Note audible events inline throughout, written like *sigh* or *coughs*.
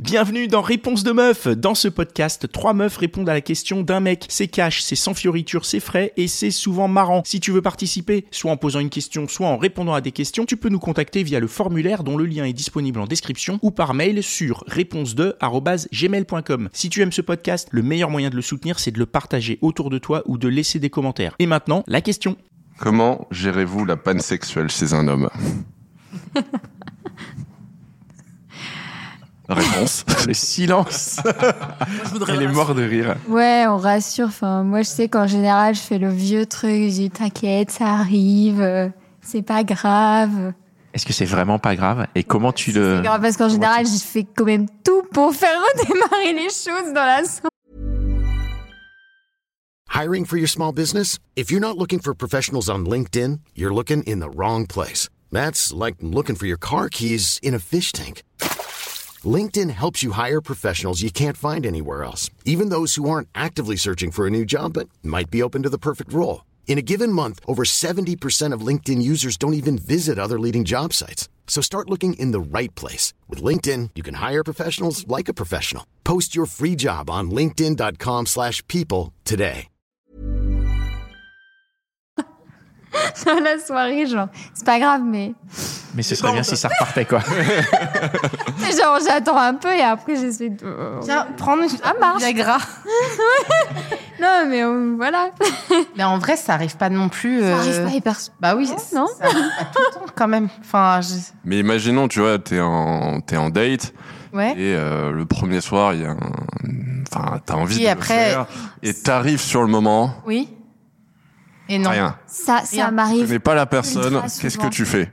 Bienvenue dans Réponse de meuf. Dans ce podcast, trois meufs répondent à la question d'un mec. C'est cash, c'est sans fioriture, c'est frais et c'est souvent marrant. Si tu veux participer, soit en posant une question, soit en répondant à des questions, tu peux nous contacter via le formulaire dont le lien est disponible en description ou par mail sur réponse2@gmail.com. Si tu aimes ce podcast, le meilleur moyen de le soutenir, c'est de le partager autour de toi ou de laisser des commentaires. Et maintenant, la question. Comment gérez-vous la panne sexuelle chez un homme Réponse. Le silence. Il est mort de rire. Ouais, on rassure. Enfin, moi, je sais qu'en général, je fais le vieux truc. Je dis t'inquiète, ça arrive, euh, c'est pas grave. Est-ce que c'est vraiment pas grave Et comment tu le C'est grave parce qu'en Comment général, je fais quand même tout pour faire *laughs* redémarrer les choses dans la soirée. Hiring for your small business? If you're not looking for professionals on LinkedIn, you're looking in the wrong place. That's like looking for your car keys in a fish tank. LinkedIn helps you hire professionals you can't find anywhere else, even those who aren't actively searching for a new job but might be open to the perfect role. In a given month, over 70% of LinkedIn users don't even visit other leading job sites. So start looking in the right place. With LinkedIn, you can hire professionals like a professional. Post your free job on linkedin.com/people slash people today. *laughs* Dans la soirée, genre, c'est pas grave, mais Mais ce serait bien si ça repartait quoi. genre, j'attends un peu et après, j'essaie de. Tiens, prendre une Ah, marche. Viagra. Non, mais euh, voilà. Mais en vrai, ça arrive pas non plus. Ça euh, arrive pas hyper. Bah oui, Non, c- non. ça arrive pas tout le temps quand même. Enfin, je- Mais imaginons, tu vois, t'es en, t'es en date ouais. et euh, le premier soir, il y a un. Enfin, t'as envie Oui, de après- le faire et t'arrives sur le moment, Oui. Et non. rien. Ça, ça Rien. Tu m'arrive. n'es pas la personne, Ultra souvent. qu'est-ce que tu fais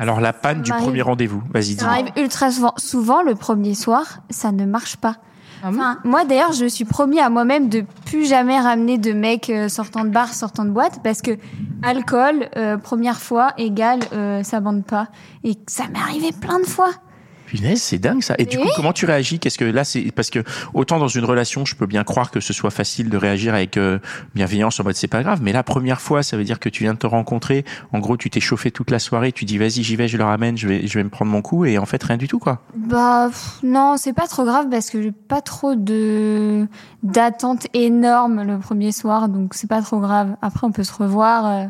Alors la panne du m'arrive. premier rendez-vous. Vas-y, Ça dis-moi. m'arrive ultra souvent. Souvent, le premier soir, ça ne marche pas. Ah bon Enfin, moi d'ailleurs, je me suis promis à moi-même de plus jamais ramener de mecs euh, sortant de bar, sortant de boîte, parce que alcool, euh, première fois, égale, euh, ça bande pas. Et ça m'est arrivé plein de fois. Punaise, c'est dingue ça. Et du Mais coup, comment tu réagis Qu'est-ce que là, c'est parce que autant dans une relation, je peux bien croire que ce soit facile de réagir avec euh, bienveillance en mode c'est pas grave, mais la première fois, ça veut dire que tu viens de te rencontrer. En gros, tu t'es chauffé toute la soirée, tu dis vas-y, j'y vais, je le ramène, je vais, je vais me prendre mon coup, et en fait rien du tout quoi. Bah pff, non, c'est pas trop grave parce que j'ai pas trop de d'attentes énormes le premier soir, donc c'est pas trop grave. Après, on peut se revoir. euh.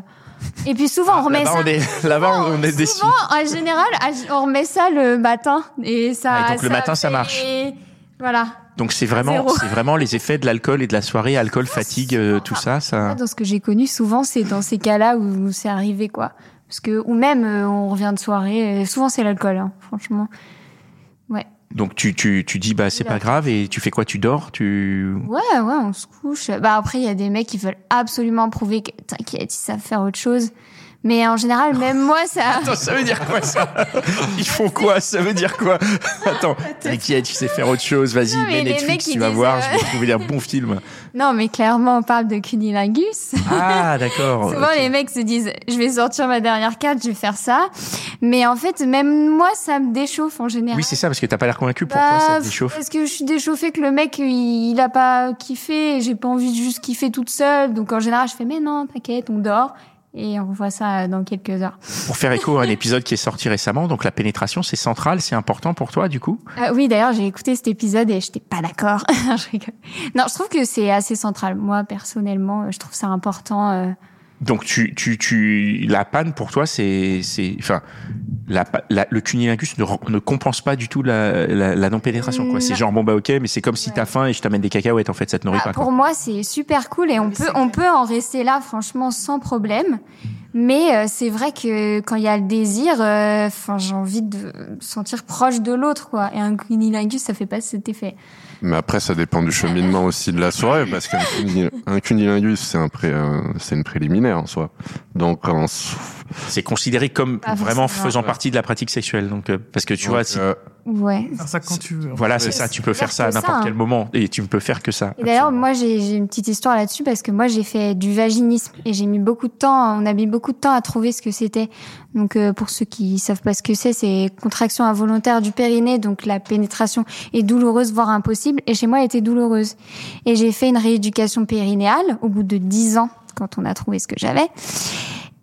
Et puis souvent, on Ah, remet Là-bas, ça. on est, là-bas, on est déçus. Souvent, en général, on remet ça le matin et ça. Ah, et donc le matin, ça marche. fait- Voilà. Donc c'est vraiment, Zéro. c'est vraiment les effets de l'alcool et de la soirée, alcool, fatigue, euh, tout ça, ça. Dans ce que j'ai connu, souvent, c'est dans ces cas-là où c'est arrivé, quoi. Parce que, ou même, euh, on revient de soirée, euh, souvent c'est l'alcool, hein, franchement. Donc tu, tu, tu dis bah c'est pas grave et tu fais quoi Tu dors, tu. Ouais, ouais, on se couche. Bah après, il y a des mecs qui veulent absolument prouver que, t'inquiète, ils savent faire autre chose. Mais en général, même moi, ça... Attends, ça veut dire quoi *laughs* ça Ils font quoi Ça veut dire quoi Attends, t'inquiète, je sais faire autre chose, vas-y, Non, mais mets les mecs, Netflix, ils tu vas disent, voir, euh, je vais trouver un bon film. Non, mais clairement, on parle de cunilingus. *laughs* Ah, d'accord. Souvent, les mecs se disent, je vais sortir ma dernière carte, je vais faire ça. Mais en fait, même moi, ça me déchauffe en général. Oui, c'est ça, parce que t'as pas l'air convaincu. Pourquoi Bah, ça te déchauffe Parce que je suis déchauffée que le mec, il, il a pas kiffé. et J'ai pas envie de juste kiffer toute seule. Donc en général, je fais, mais non, t'inquiète, on dort. Et on voit ça dans quelques heures. Pour faire écho à un épisode qui est sorti récemment, donc la pénétration, c'est central, c'est important pour toi, du coup Ah oui, d'ailleurs, j'ai écouté cet épisode et j'étais pas d'accord. *laughs* je rigole. Non, je trouve que c'est assez central. Moi, personnellement, euh, je trouve ça important. euh. Donc, tu, tu, tu, la panne, pour toi, c'est, c'est, enfin, la, pa- la- le cunilingus ne, ren- ne compense pas du tout la, la, la non-pénétration, quoi. C'est Non. genre, bon, bah, ok, mais c'est comme si t'as faim et je t'amène des cacahuètes, en fait, ça te nourrit Ah, pas, quoi. pour moi, c'est super cool et on peut, on peut en rester là, franchement, sans problème. Mais euh, c'est vrai que quand il y a le désir, euh, enfin, j'ai envie de me sentir proche de l'autre, quoi. Et un cunilingus, ça fait pas cet effet. Mais après, ça dépend du cheminement aussi de la soirée, parce qu'un cunil- un cunilingus, c'est un pré- euh, c'est une préliminaire en soi. Donc, en s- C'est considéré comme Pas vraiment forcément. faisant partie de la pratique sexuelle. Donc, euh, parce que tu vois, donc, si- euh, Ouais. Faire ça quand tu veux. voilà, Ouais. c'est ça. Tu peux C'est faire ça à que ça, n'importe hein. quel moment et tu ne peux faire que ça. Et d'ailleurs, absolument. moi, j'ai j'ai une petite histoire là-dessus parce que moi, j'ai fait du vaginisme et j'ai mis beaucoup de temps, on a mis beaucoup de temps à trouver ce que c'était. Donc, euh, pour ceux qui savent pas ce que c'est, c'est contraction involontaire du périnée, donc la pénétration est douloureuse, voire impossible. Et chez moi, elle était douloureuse. Et j'ai fait une rééducation périnéale au bout de 10 ans quand on a trouvé ce que j'avais.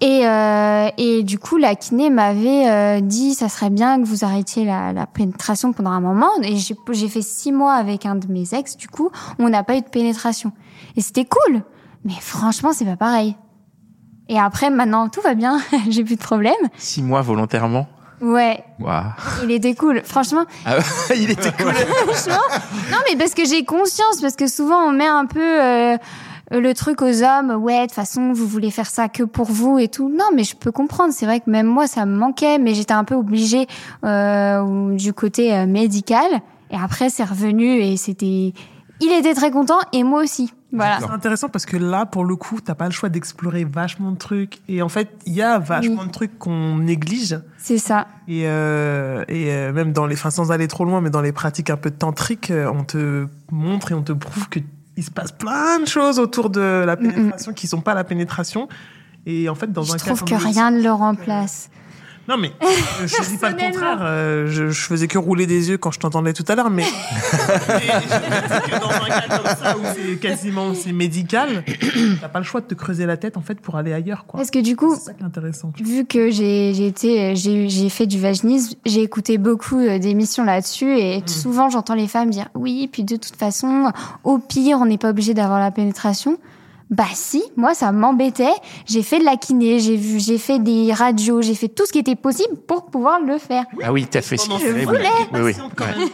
Et, euh, et du coup, la kiné m'avait euh, dit, ça serait bien que vous arrêtiez la, la pénétration pendant un moment. Et j'ai j'ai fait six mois avec un de mes ex, du coup, on n'a pas eu de pénétration. Et c'était cool. Mais franchement, c'est pas pareil. Et après, maintenant, tout va bien. *laughs* j'ai plus de problème. Six mois volontairement Ouais, Waouh. il était cool. Franchement, Ah, *laughs* Il était cool. *laughs* franchement. Non, mais parce que j'ai conscience, parce que souvent on met un peu euh, le truc aux hommes. Ouais, de toute façon, vous voulez faire ça que pour vous et tout. Non, mais je peux comprendre. C'est vrai que même moi, ça me manquait, mais j'étais un peu obligée euh, ou- du côté euh, médical. Et après, c'est revenu et c'était. Il était très content et moi aussi. Voilà. C'est intéressant parce que là, pour le coup, t'as pas le choix d'explorer vachement de trucs. Et en fait, il y a Mm. vachement de trucs qu'on néglige. C'est ça. Et, euh, et euh, même dans les, enfin sans aller trop loin, mais dans les pratiques un peu tantriques, euh, on te montre et on te prouve que il se passe plein de choses autour de la pénétration qui sont pas la pénétration. Et en fait, dans un Mm, Je cas trouve comme que le- rien ne le remplace. Non mais euh, je dis pas le contraire. euh, je, je faisais que rouler des yeux quand je t'entendais tout à *laughs* l'heure, mais, mais je me dis que dans un cas comme ça où c'est quasiment c'est *coughs* médical, t'as pas le choix de te creuser la tête en fait pour aller ailleurs quoi. Parce que du coup, C'est ça qui est intéressant. Vu que j'ai j'ai été j'ai eu- j'ai fait du vaginisme, j'ai écouté beaucoup euh, d'émissions là-dessus et souvent j'entends les femmes dire oui, puis de toute façon, au pire, on n'est pas obligé d'avoir la pénétration. Bah si, moi ça m'embêtait. J'ai fait de la kiné, j'ai vu, j'ai fait des radios, j'ai fait tout ce qui était possible pour pouvoir le faire. Ah oui, t'as fait ce Pendant qu'il fallait. ce Oui, volet, oui, oui. quand Ouais. même.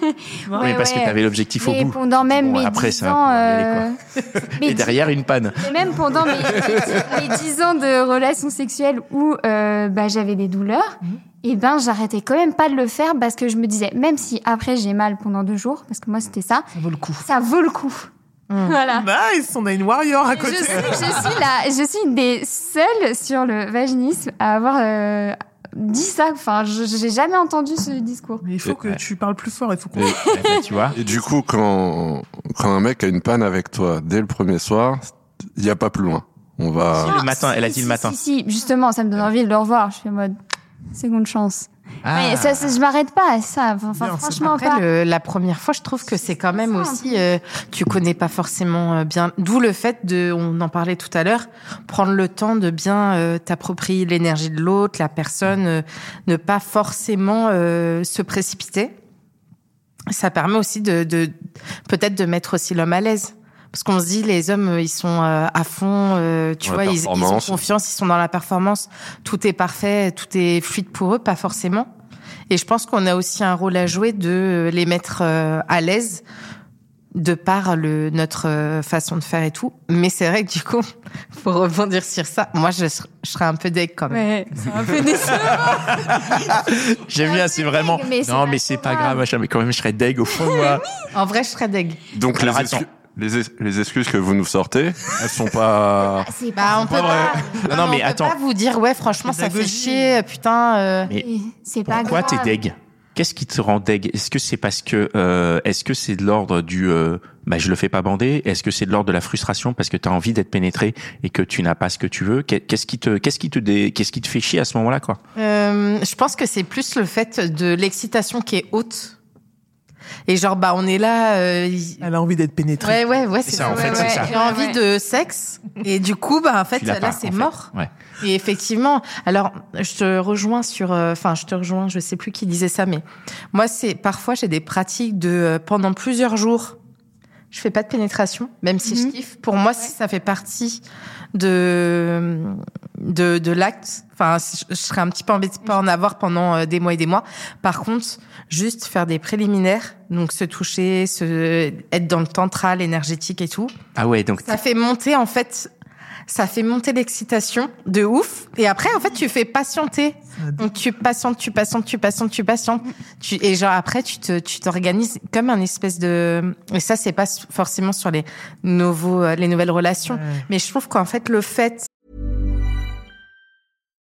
Ouais, Oui, parce que ouais. t'avais l'objectif au Mais bout. pendant même Bon, mes après, 10 ça va ans, pouvoir y aller, *laughs* euh, mes Et derrière, une panne. Et même pendant mes, mes, mes 10 ans de relations sexuelles où euh, bah, j'avais des douleurs, et ben j'arrêtais quand même pas de le faire parce que je me disais, même si après j'ai mal pendant deux jours, parce que moi c'était ça, Ça vaut le coup. ça vaut le coup. *laughs* Voilà. Bah, Nice, on a une warrior à Et Je côté. suis, je suis la, je suis une des seules sur le vaginisme à avoir euh, dit ça. Enfin, je- j'ai jamais entendu ce discours. Mais il faut que Ouais. tu parles plus fort, il faut qu'on... Et- Ah bah, tu vois. Et du coup, quand, quand un mec a une panne avec toi dès le premier soir, il n'y a pas plus loin. On va. Le matin, elle a Si, dit le si, matin. Si, si, justement, ça me donne envie de le revoir. Je fais mode seconde chance. Ah. Mais ça, ça- je m'arrête pas à ça. Enfin, Bien, c'est franchement, Après, pas. le- la première fois, je trouve que c'est quand même ça, un aussi, euh, tu connais pas forcément euh, bien. D'où le fait de, on en parlait tout à l'heure, prendre le temps de bien euh, t'approprier l'énergie de l'autre, la personne, euh, ne pas forcément euh, se précipiter. Ça permet aussi de, de peut-être de mettre aussi l'homme à l'aise. Parce qu'on se dit, les hommes, euh, ils sont euh, à fond, euh, tu Dans la vois, ils, ils ont performance. confiance, ils sont dans la performance, tout est parfait, tout est fluide pour eux, pas forcément. Et je pense qu'on a aussi un rôle à jouer de les mettre euh, à l'aise de par le, notre euh, façon de faire et tout. Mais c'est vrai que du coup, *laughs* pour rebondir sur ça, moi, je, ser- je serais un peu deg quand même. Ouais, c'est un peu décevant. J'aime bien, c'est vraiment. Mais c'est non, pas mais c'est pas grave. grave, machin. Mais quand même, je serais deg au fond de moi. En vrai, je serais deg. Donc les, Alors, attends. excu- les, es- les excuses que vous nous sortez, elles sont pas. C'est pas. Bah, on peut pas, Non, non, mais on peut attends. pas vous dire, ouais, franchement, ça fait Pédagogie. chier, putain. euh, C'est pas Pourquoi t'es grave. deg Qu'est-ce qui te rend deg Est-ce que c'est parce que euh, est-ce que c'est de l'ordre du euh, bah je le fais pas bander Est-ce que c'est de l'ordre de la frustration parce que t'as envie d'être pénétré et que tu n'as pas ce que tu veux Qu'est- Qu'est-ce qui te qu'est-ce qui te dé- qu'est-ce qui te fait chier à ce moment-là quoi Euh, je pense que c'est plus le fait de l'excitation qui est haute. Et genre, bah, on est là. euh, y- Elle a envie d'être Ouais, pénétrée. ouais, ouais, C'est ça, en fait, ouais, c'est ouais. ça. J'ai envie Ouais, de sexe. Et du coup, bah, en fait, Tu l'as là, pas, en c'est fait. mort. Ouais. Et effectivement, alors, je te rejoins sur, euh, enfin, je te rejoins, je sais plus qui disait ça, mais moi, c'est, parfois, j'ai des pratiques de, euh, pendant plusieurs jours, je fais pas de pénétration, même si je Mhm. kiffe. Pour moi, si ça fait partie de, de, de l'acte. Enfin, si- je, je serais un petit peu embêtée de pas en avoir pendant euh, des mois et des mois. Par contre, juste faire des préliminaires, donc se toucher, se, être dans le tantral énergétique et tout. Ah ouais donc Ça fait monter en fait, ça fait monter l'excitation de ouf. Et après en fait tu fais patienter. Donc tu patientes, tu patientes, tu patientes, tu patientes. Tu, et genre après tu te, tu t'organises comme un espèce de. Et ça c'est pas s- forcément sur les nouveaux, euh, les nouvelles relations. Ouais. Mais je trouve qu'en fait le fait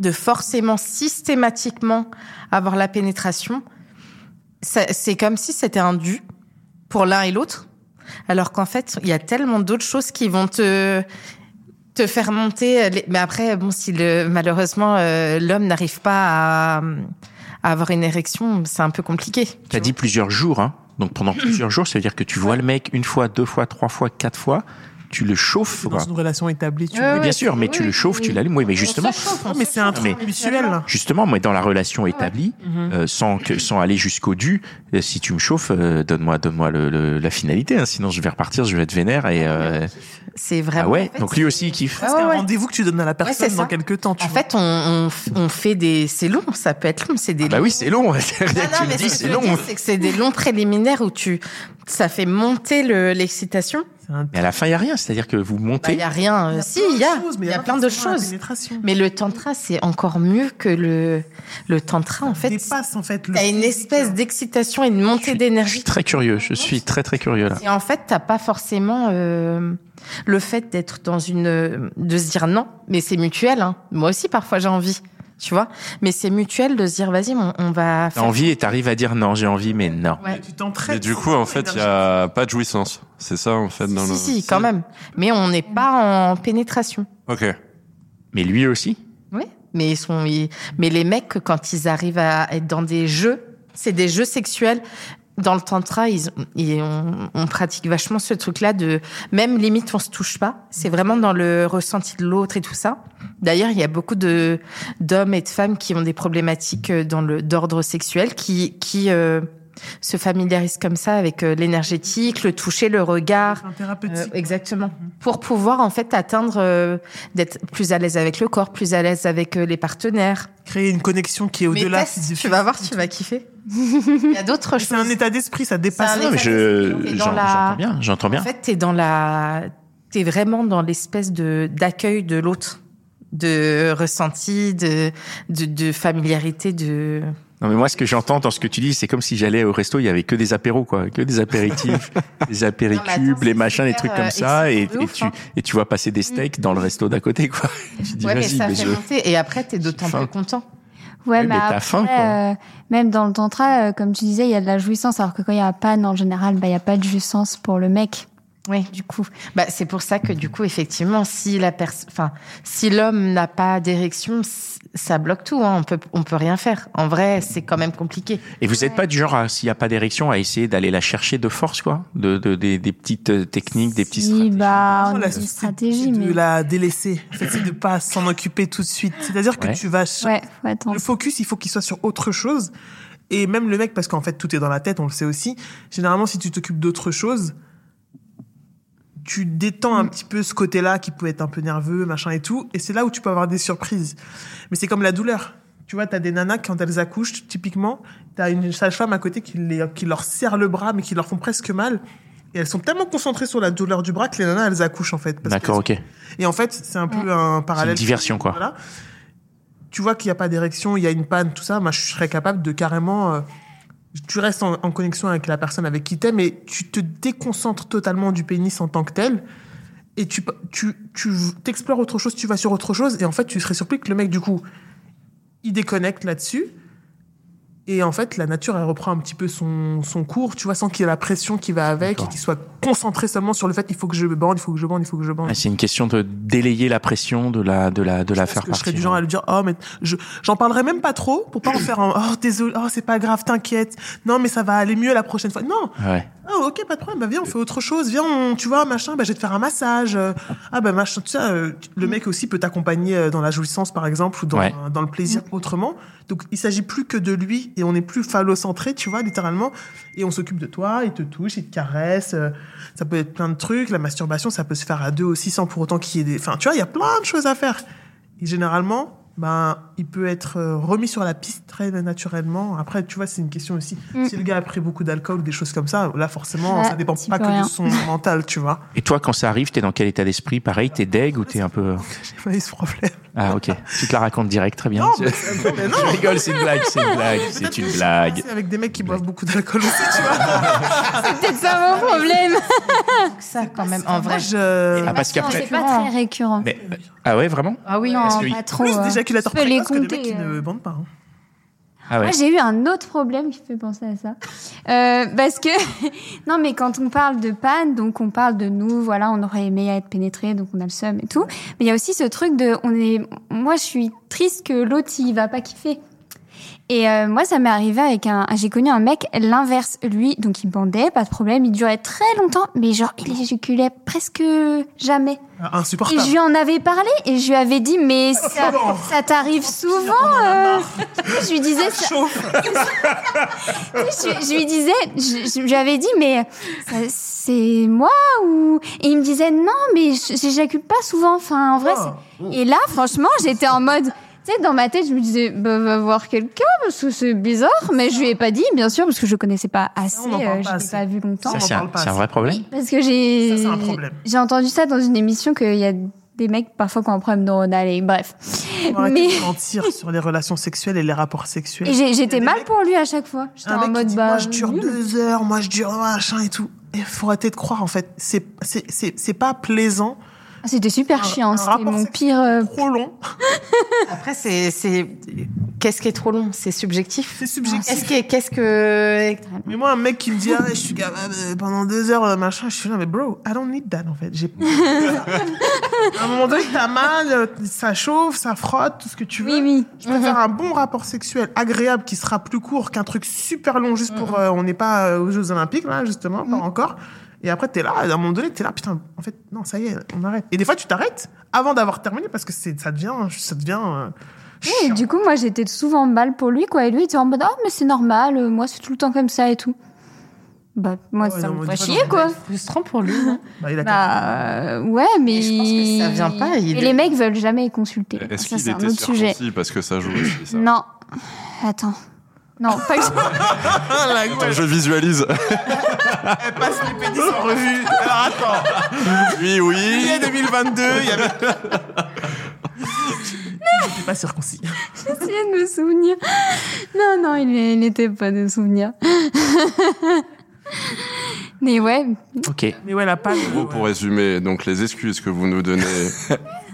de forcément systématiquement avoir la pénétration, ça- c'est comme si c'était un dû pour l'un et l'autre. Alors qu'en fait, il y a tellement d'autres choses qui vont te te faire monter. les- Mais après, bon, si le, malheureusement euh, l'homme n'arrive pas à, à avoir une érection, c'est un peu compliqué. T'as dit plusieurs jours, hein. Donc pendant plusieurs jours, ça veut dire que tu vois le mec une fois, deux fois, trois fois, quatre fois, tu le chauffes. C'est dans quoi. une relation établie, tu Ouais, vois. ouais. Bien sûr, mais tu oui, le chauffes, tu oui. l'allumes. Oui, mais justement, Non, mais c'est un truc Mais- mutuel. là. justement, mais dans la relation établie, Mhm. euh, sans que, sans aller jusqu'au dû, euh, si tu me chauffes, euh, donne-moi, donne-moi le, le- la finalité, hein, sinon je vais repartir, je vais être vénère et Ah euh, C'est vraiment. ah ouais. en fait, Donc lui aussi il kiffe. Ah C'est un ouais. rendez-vous que tu donnes à la personne c'est dans ça. quelques temps, tu En vois. fait, on, on, f- on fait des. C'est long, ça peut être long. C'est des. Bah oui, c'est long. *laughs* Rien Ah Non, que non, tu mais me dis, ce que c'est je veux long. hein. dire, C'est que c'est des longs préliminaires où tu, ça fait monter le- l'excitation. C'est un- Mais à la fin, il n'y a rien. C'est-à-dire que vous Bah, Il montez. y a rien. euh, si, il y a, plein de choses, mais il y a pas plein de forcément la choses. pénétration. Mais le tantra, c'est encore mieux que le le tantra. En fait, dépasse en fait le t'as une physique, hein. espèce d'excitation et une montée Je suis d'énergie. très curieux. Je suis très très curieux là. Et en fait, t'as pas forcément euh, le fait d'être dans une, de se dire non, mais c'est mutuel. hein. Moi aussi, parfois, j'ai envie, tu vois. Mais c'est mutuel de se dire, vas-y, on, on va. T'as Faire... envie et t'arrives à dire non, j'ai envie, mais non. Ouais. Tu t'entraînes. Mais du coup, en fait, il n'y a pas de jouissance. C'est ça, hein. en fait, dans si, le. si, quand même. Mais on n'est pas en pénétration. Ok. Mais lui aussi. Oui. Mais ils sont, ils- mais les mecs, quand ils arrivent à être dans des jeux, c'est des jeux sexuels. Dans le tantra, ils, ils- on, on pratique vachement ce truc-là de même limite on se touche pas. C'est vraiment dans le ressenti de l'autre et tout ça. D'ailleurs, il y a beaucoup de d'hommes et de femmes qui ont des problématiques euh, dans le d'ordre sexuel qui qui euh, se familiarisent comme ça avec euh, l'énergétique, le toucher, le regard. un thérapeutique. Euh, exactement. Pour pouvoir en fait atteindre euh, d'être plus à l'aise avec le corps, plus à l'aise avec euh, les partenaires. Créer une connexion qui est Mais au-delà. teste, du- tu vas voir, tu vas kiffer. Il y a d'autres *laughs* C'est choses. un état d'esprit, ça dépasse. C'est un Non, mais Exactement. je Et dans j'en- la- j'entends bien. J'entends En bien. fait, t'es dans la, t'es vraiment dans l'espèce de d'accueil de l'autre, de ressenti, de, de de familiarité, de. Non mais moi ce que j'entends dans ce que tu dis c'est comme si j'allais au resto il y avait que des apéros quoi que des *laughs* apéritifs des Non, mais attends, apéricubes c'est les machins les super, trucs euh, comme ça et, excitant de et ouf, tu hein. Mm. et tu vois passer des steaks dans le resto d'à côté quoi *laughs* Et tu dis ouais, mais vas-y ça mais fait je- monter. Et après, t'es d'autant Enfin. plus content. Ouais, Ouais, mais mais t'as après, faim, quoi. euh, même dans le tantra, euh, comme tu disais, il y a de la jouissance, alors que quand il y a panne, en général, bah, il n'y a pas de jouissance pour le mec, Oui. du coup. Bah, c'est pour ça que du coup, effectivement, si la pers- enfin, si l'homme n'a pas d'érection, c- ça bloque tout. Hein. On peut, on peut rien faire. En vrai, c'est quand même compliqué. et vous n'êtes pas du genre à, s'il n'y a pas d'érection à essayer d'aller la chercher de force quoi de, de- des, des petites euh, techniques des petits si, bah, on Oh, La a suite, une c'est- stratégie, c'est mais. de la délaisser. En fait, c'est de pas s'en occuper tout de suite. C'est-à-dire que Ouais. tu vas ch- Ouais, faut attendre. le focus, il faut qu'il soit sur autre chose. Et même le mec, parce qu'en fait, tout est dans la tête, on le sait aussi. Généralement, si tu t'occupes d'autre chose, tu détends un petit peu ce côté-là qui peut être un peu nerveux, machin et tout. Et c'est là où tu peux avoir des surprises. Mais c'est comme la douleur. Tu vois, t'as des nanas quand elles accouchent, typiquement, t'as une sage-femme à côté qui, les- qui leur serre le bras, mais qui leur font presque mal. Et elles sont tellement concentrées sur la douleur du bras que les nanas, elles accouchent, en fait. parce D'accord, qu'elles- ok. Et en fait, c'est un peu un C'est parallèle. une diversion, quoi. Voilà. Tu vois qu'il n'y a pas d'érection, il y a une panne, tout ça. Moi, je serais capable de carrément. euh, tu restes en, en connexion avec la personne avec qui t'aimes et tu te déconcentres totalement du pénis en tant que tel. Et tu tu tu t'explores autre chose, tu vas sur autre chose. Et en fait, tu serais surpris que le mec, du coup, il déconnecte là-dessus. Et en fait, la nature, elle reprend un petit peu son, son cours, tu vois, sans qu'il y ait la pression qui va avec et D'accord. qu'il soit concentré seulement sur le fait il faut que je bande, il faut que je bande, il faut que je bande. Ah, c'est une question de délayer la pression, de la, de la, de la Parce faire hein. que je partir. serais du genre à lui dire oh mais je j'en parlerai même pas trop pour pas en faire un oh désolé oh c'est pas grave t'inquiète non mais ça va aller mieux la prochaine fois non Ouais. oh ok pas de problème bah viens on fait autre chose viens on, tu vois machin bah je vais te faire un massage Euh, ah bah machin tu sais euh, le mec aussi peut t'accompagner euh, dans la jouissance par exemple ou dans euh, Ouais. dans le plaisir autrement donc il s'agit plus que de lui et on n'est plus phallocentré tu vois littéralement et on s'occupe de toi il te touche il te caresse euh, ça peut être plein de trucs la masturbation ça peut se faire à deux aussi sans pour autant qu'il y ait des enfin tu vois il y a plein de choses à faire et généralement, ben, il peut être euh, remis sur la piste très naturellement. Après, tu vois, c'est une question aussi. Si le gars a pris beaucoup d'alcool ou des choses comme ça, là, forcément, Mm. Ouais, ça dépend tu pas peux que rien. *laughs* de son mental, tu vois. *laughs* Et toi, quand ça arrive, t'es dans quel état d'esprit Pareil, t'es deg ou t'es un peu. J'ai pas eu ce problème. Ah, ok. Tu te la racontes direct, très bien. Non, *laughs* Je mais c'est- non, Euh, mais non. rigole, c'est une blague, c'est une blague, Peut-être c'est que une je suis blague. passée avec des mecs qui boivent beaucoup d'alcool aussi, tu vois. C'est peut-être ça mon problème. *laughs* ça quand même en vrai. Moi, je... Ah, parce qu'après. C'est pas très récurrent. Mais, ah ouais, vraiment Ah oui, non, parce que- pas trop. Plus hein. d'éjaculateurs Tu peux les précoces que des mecs compter, qui euh. ne bandent pas. hein. Ah ouais. Moi, j'ai eu un autre problème qui fait penser à ça. Euh, parce que, *laughs* non, mais quand on parle de panne, donc on parle de nous, voilà, on aurait aimé être pénétré, donc on a le seum et tout. Mais il y a aussi ce truc de, on est, moi, je suis triste que l'autre, il va pas kiffer. Et euh, moi, ça m'est arrivé avec un, j'ai connu un mec, l'inverse. Lui, donc il bandait, pas de problème, il durait très longtemps, mais genre, il éjaculait presque jamais. Ah, Et je Insupportable. lui en avais parlé et je lui avais dit mais *laughs* ça, bon. ça t'arrive souvent. euh. Je lui disais ça- *laughs* je, je lui disais je, je lui avais dit mais ça, c'est moi ou et il me disait non mais j- j'éjacule pas souvent. Enfin en vrai Ah. c'est- et là franchement j'étais en mode tu sais dans ma tête je me disais bah, va voir quelqu'un parce que c'est bizarre mais je lui ai pas dit bien sûr parce que je connaissais pas assez on en parle euh, pas je l'ai assez. pas vu longtemps. Ça, on en c'est un, parle pas c'est un assez. vrai problème Parce que j'ai Ça, c'est un problème. j'ai entendu ça dans une émission qu'il y a des mecs parfois qui ont un problème neuronal et bref. Faut arrêter Mais de mentir sur les relations sexuelles et les rapports sexuels. et j'ai- j'étais des mal mecs- pour lui à chaque fois. J'étais Un en mec qui mode dit, bah moi je dure nul. deux heures, moi je dure machin et tout. Et faut arrêter de croire en fait. C'est c'est- c'est c'est pas plaisant, Ah, C'était super Un- chiant, un c'était rapport mon sexuel. pire. euh, trop long, Après, c'est, c'est... qu'est-ce qui est trop long C'est subjectif. Ah, c'est subjectif. Qu'est-ce, qui est- qu'est-ce que. Mais moi un mec qui me dit ah ouais, je suis capable euh, pendant deux heures euh, machin, je suis là mais bro, I don't need that en fait. *laughs* J'ai à un moment donné t'as mal, euh, ça chauffe, ça frotte, tout ce que tu veux. Oui oui. Je préfère un bon rapport sexuel agréable qui sera plus court qu'un truc super long juste Mm. pour euh, on n'est pas euh, aux Jeux Olympiques là justement pas encore. Et après t'es là, à un moment donné t'es là putain en fait non ça y est on arrête. Et des fois tu t'arrêtes avant d'avoir terminé parce que c'est ça devient ça devient euh, Oui, et chiant. du coup moi j'étais souvent mal pour lui quoi et lui il était en mode ah mais c'est normal, euh, moi c'est tout le temps comme ça et tout. Bah moi Ouais, ça non, me mais fait des fois, chier dans- quoi. Frustrant pour lui. non Bah, il a Bah euh, ouais mais Et je pense que ça vient pas, il Mais est- les mecs veulent jamais consulter. Est-ce Ça qu'il c'est un était autre sujet. Mm. circoncis parce que ça joue aussi ça Non. Attends. Non, *laughs* pas que Ah, la Attends, gueule, je visualise. elle passe les pénis en revue. Alors attends, oui, oui. juillet 2022, il y avait. Il était pas circoncis. j'essayais de me souvenir. Non, non, il il n'était pas de souvenir. *laughs* Mais ouais, Ok. Mais ouais, la panne. En gros, Pour résumer, donc les excuses que vous nous donnez,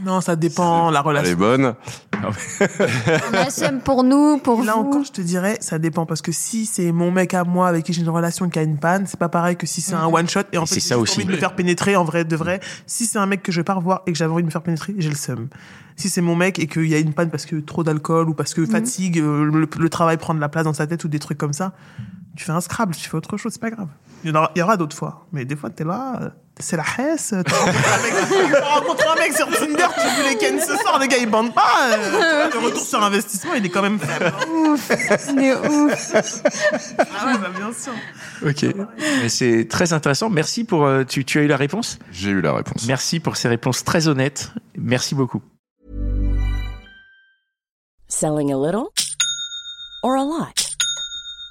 Non, ça dépend, la elle est relation. bonne. on a le seum pour nous, pour Là vous. encore, je te dirais, ça dépend parce que si c'est mon mec à moi avec qui j'ai une relation qui a une panne, c'est pas pareil que si c'est Mhm. un one shot et en Et fait c'est j'ai ça juste aussi. Mhm. envie de me faire pénétrer en vrai de vrai. Si c'est un mec que je vais pas revoir et que j'avais envie de me faire pénétrer, j'ai le seum. Si c'est mon mec et qu'il y a une panne parce que trop d'alcool ou Mhm. parce que fatigue, euh, le, le travail prend de la place dans sa tête ou des trucs comme ça, tu fais un scrabble, tu fais autre chose, c'est pas grave. Il y en aura, il y aura d'autres fois, mais des fois t'es là, euh, c'est la hesse. T'as rencontré un mec- t'as rencontré un mec sur Tinder, tu voulais ken ce soir, le gars il bande pas. euh, *laughs* le retour sur investissement, il est quand même faible. Mais ouf. Ah ouais, bah bien sûr. Ok. Mais C'est très intéressant. Merci pour. euh, tu, tu as eu la réponse J'ai eu la réponse. Merci pour ces réponses très honnêtes. Merci beaucoup. Selling a little or a lot?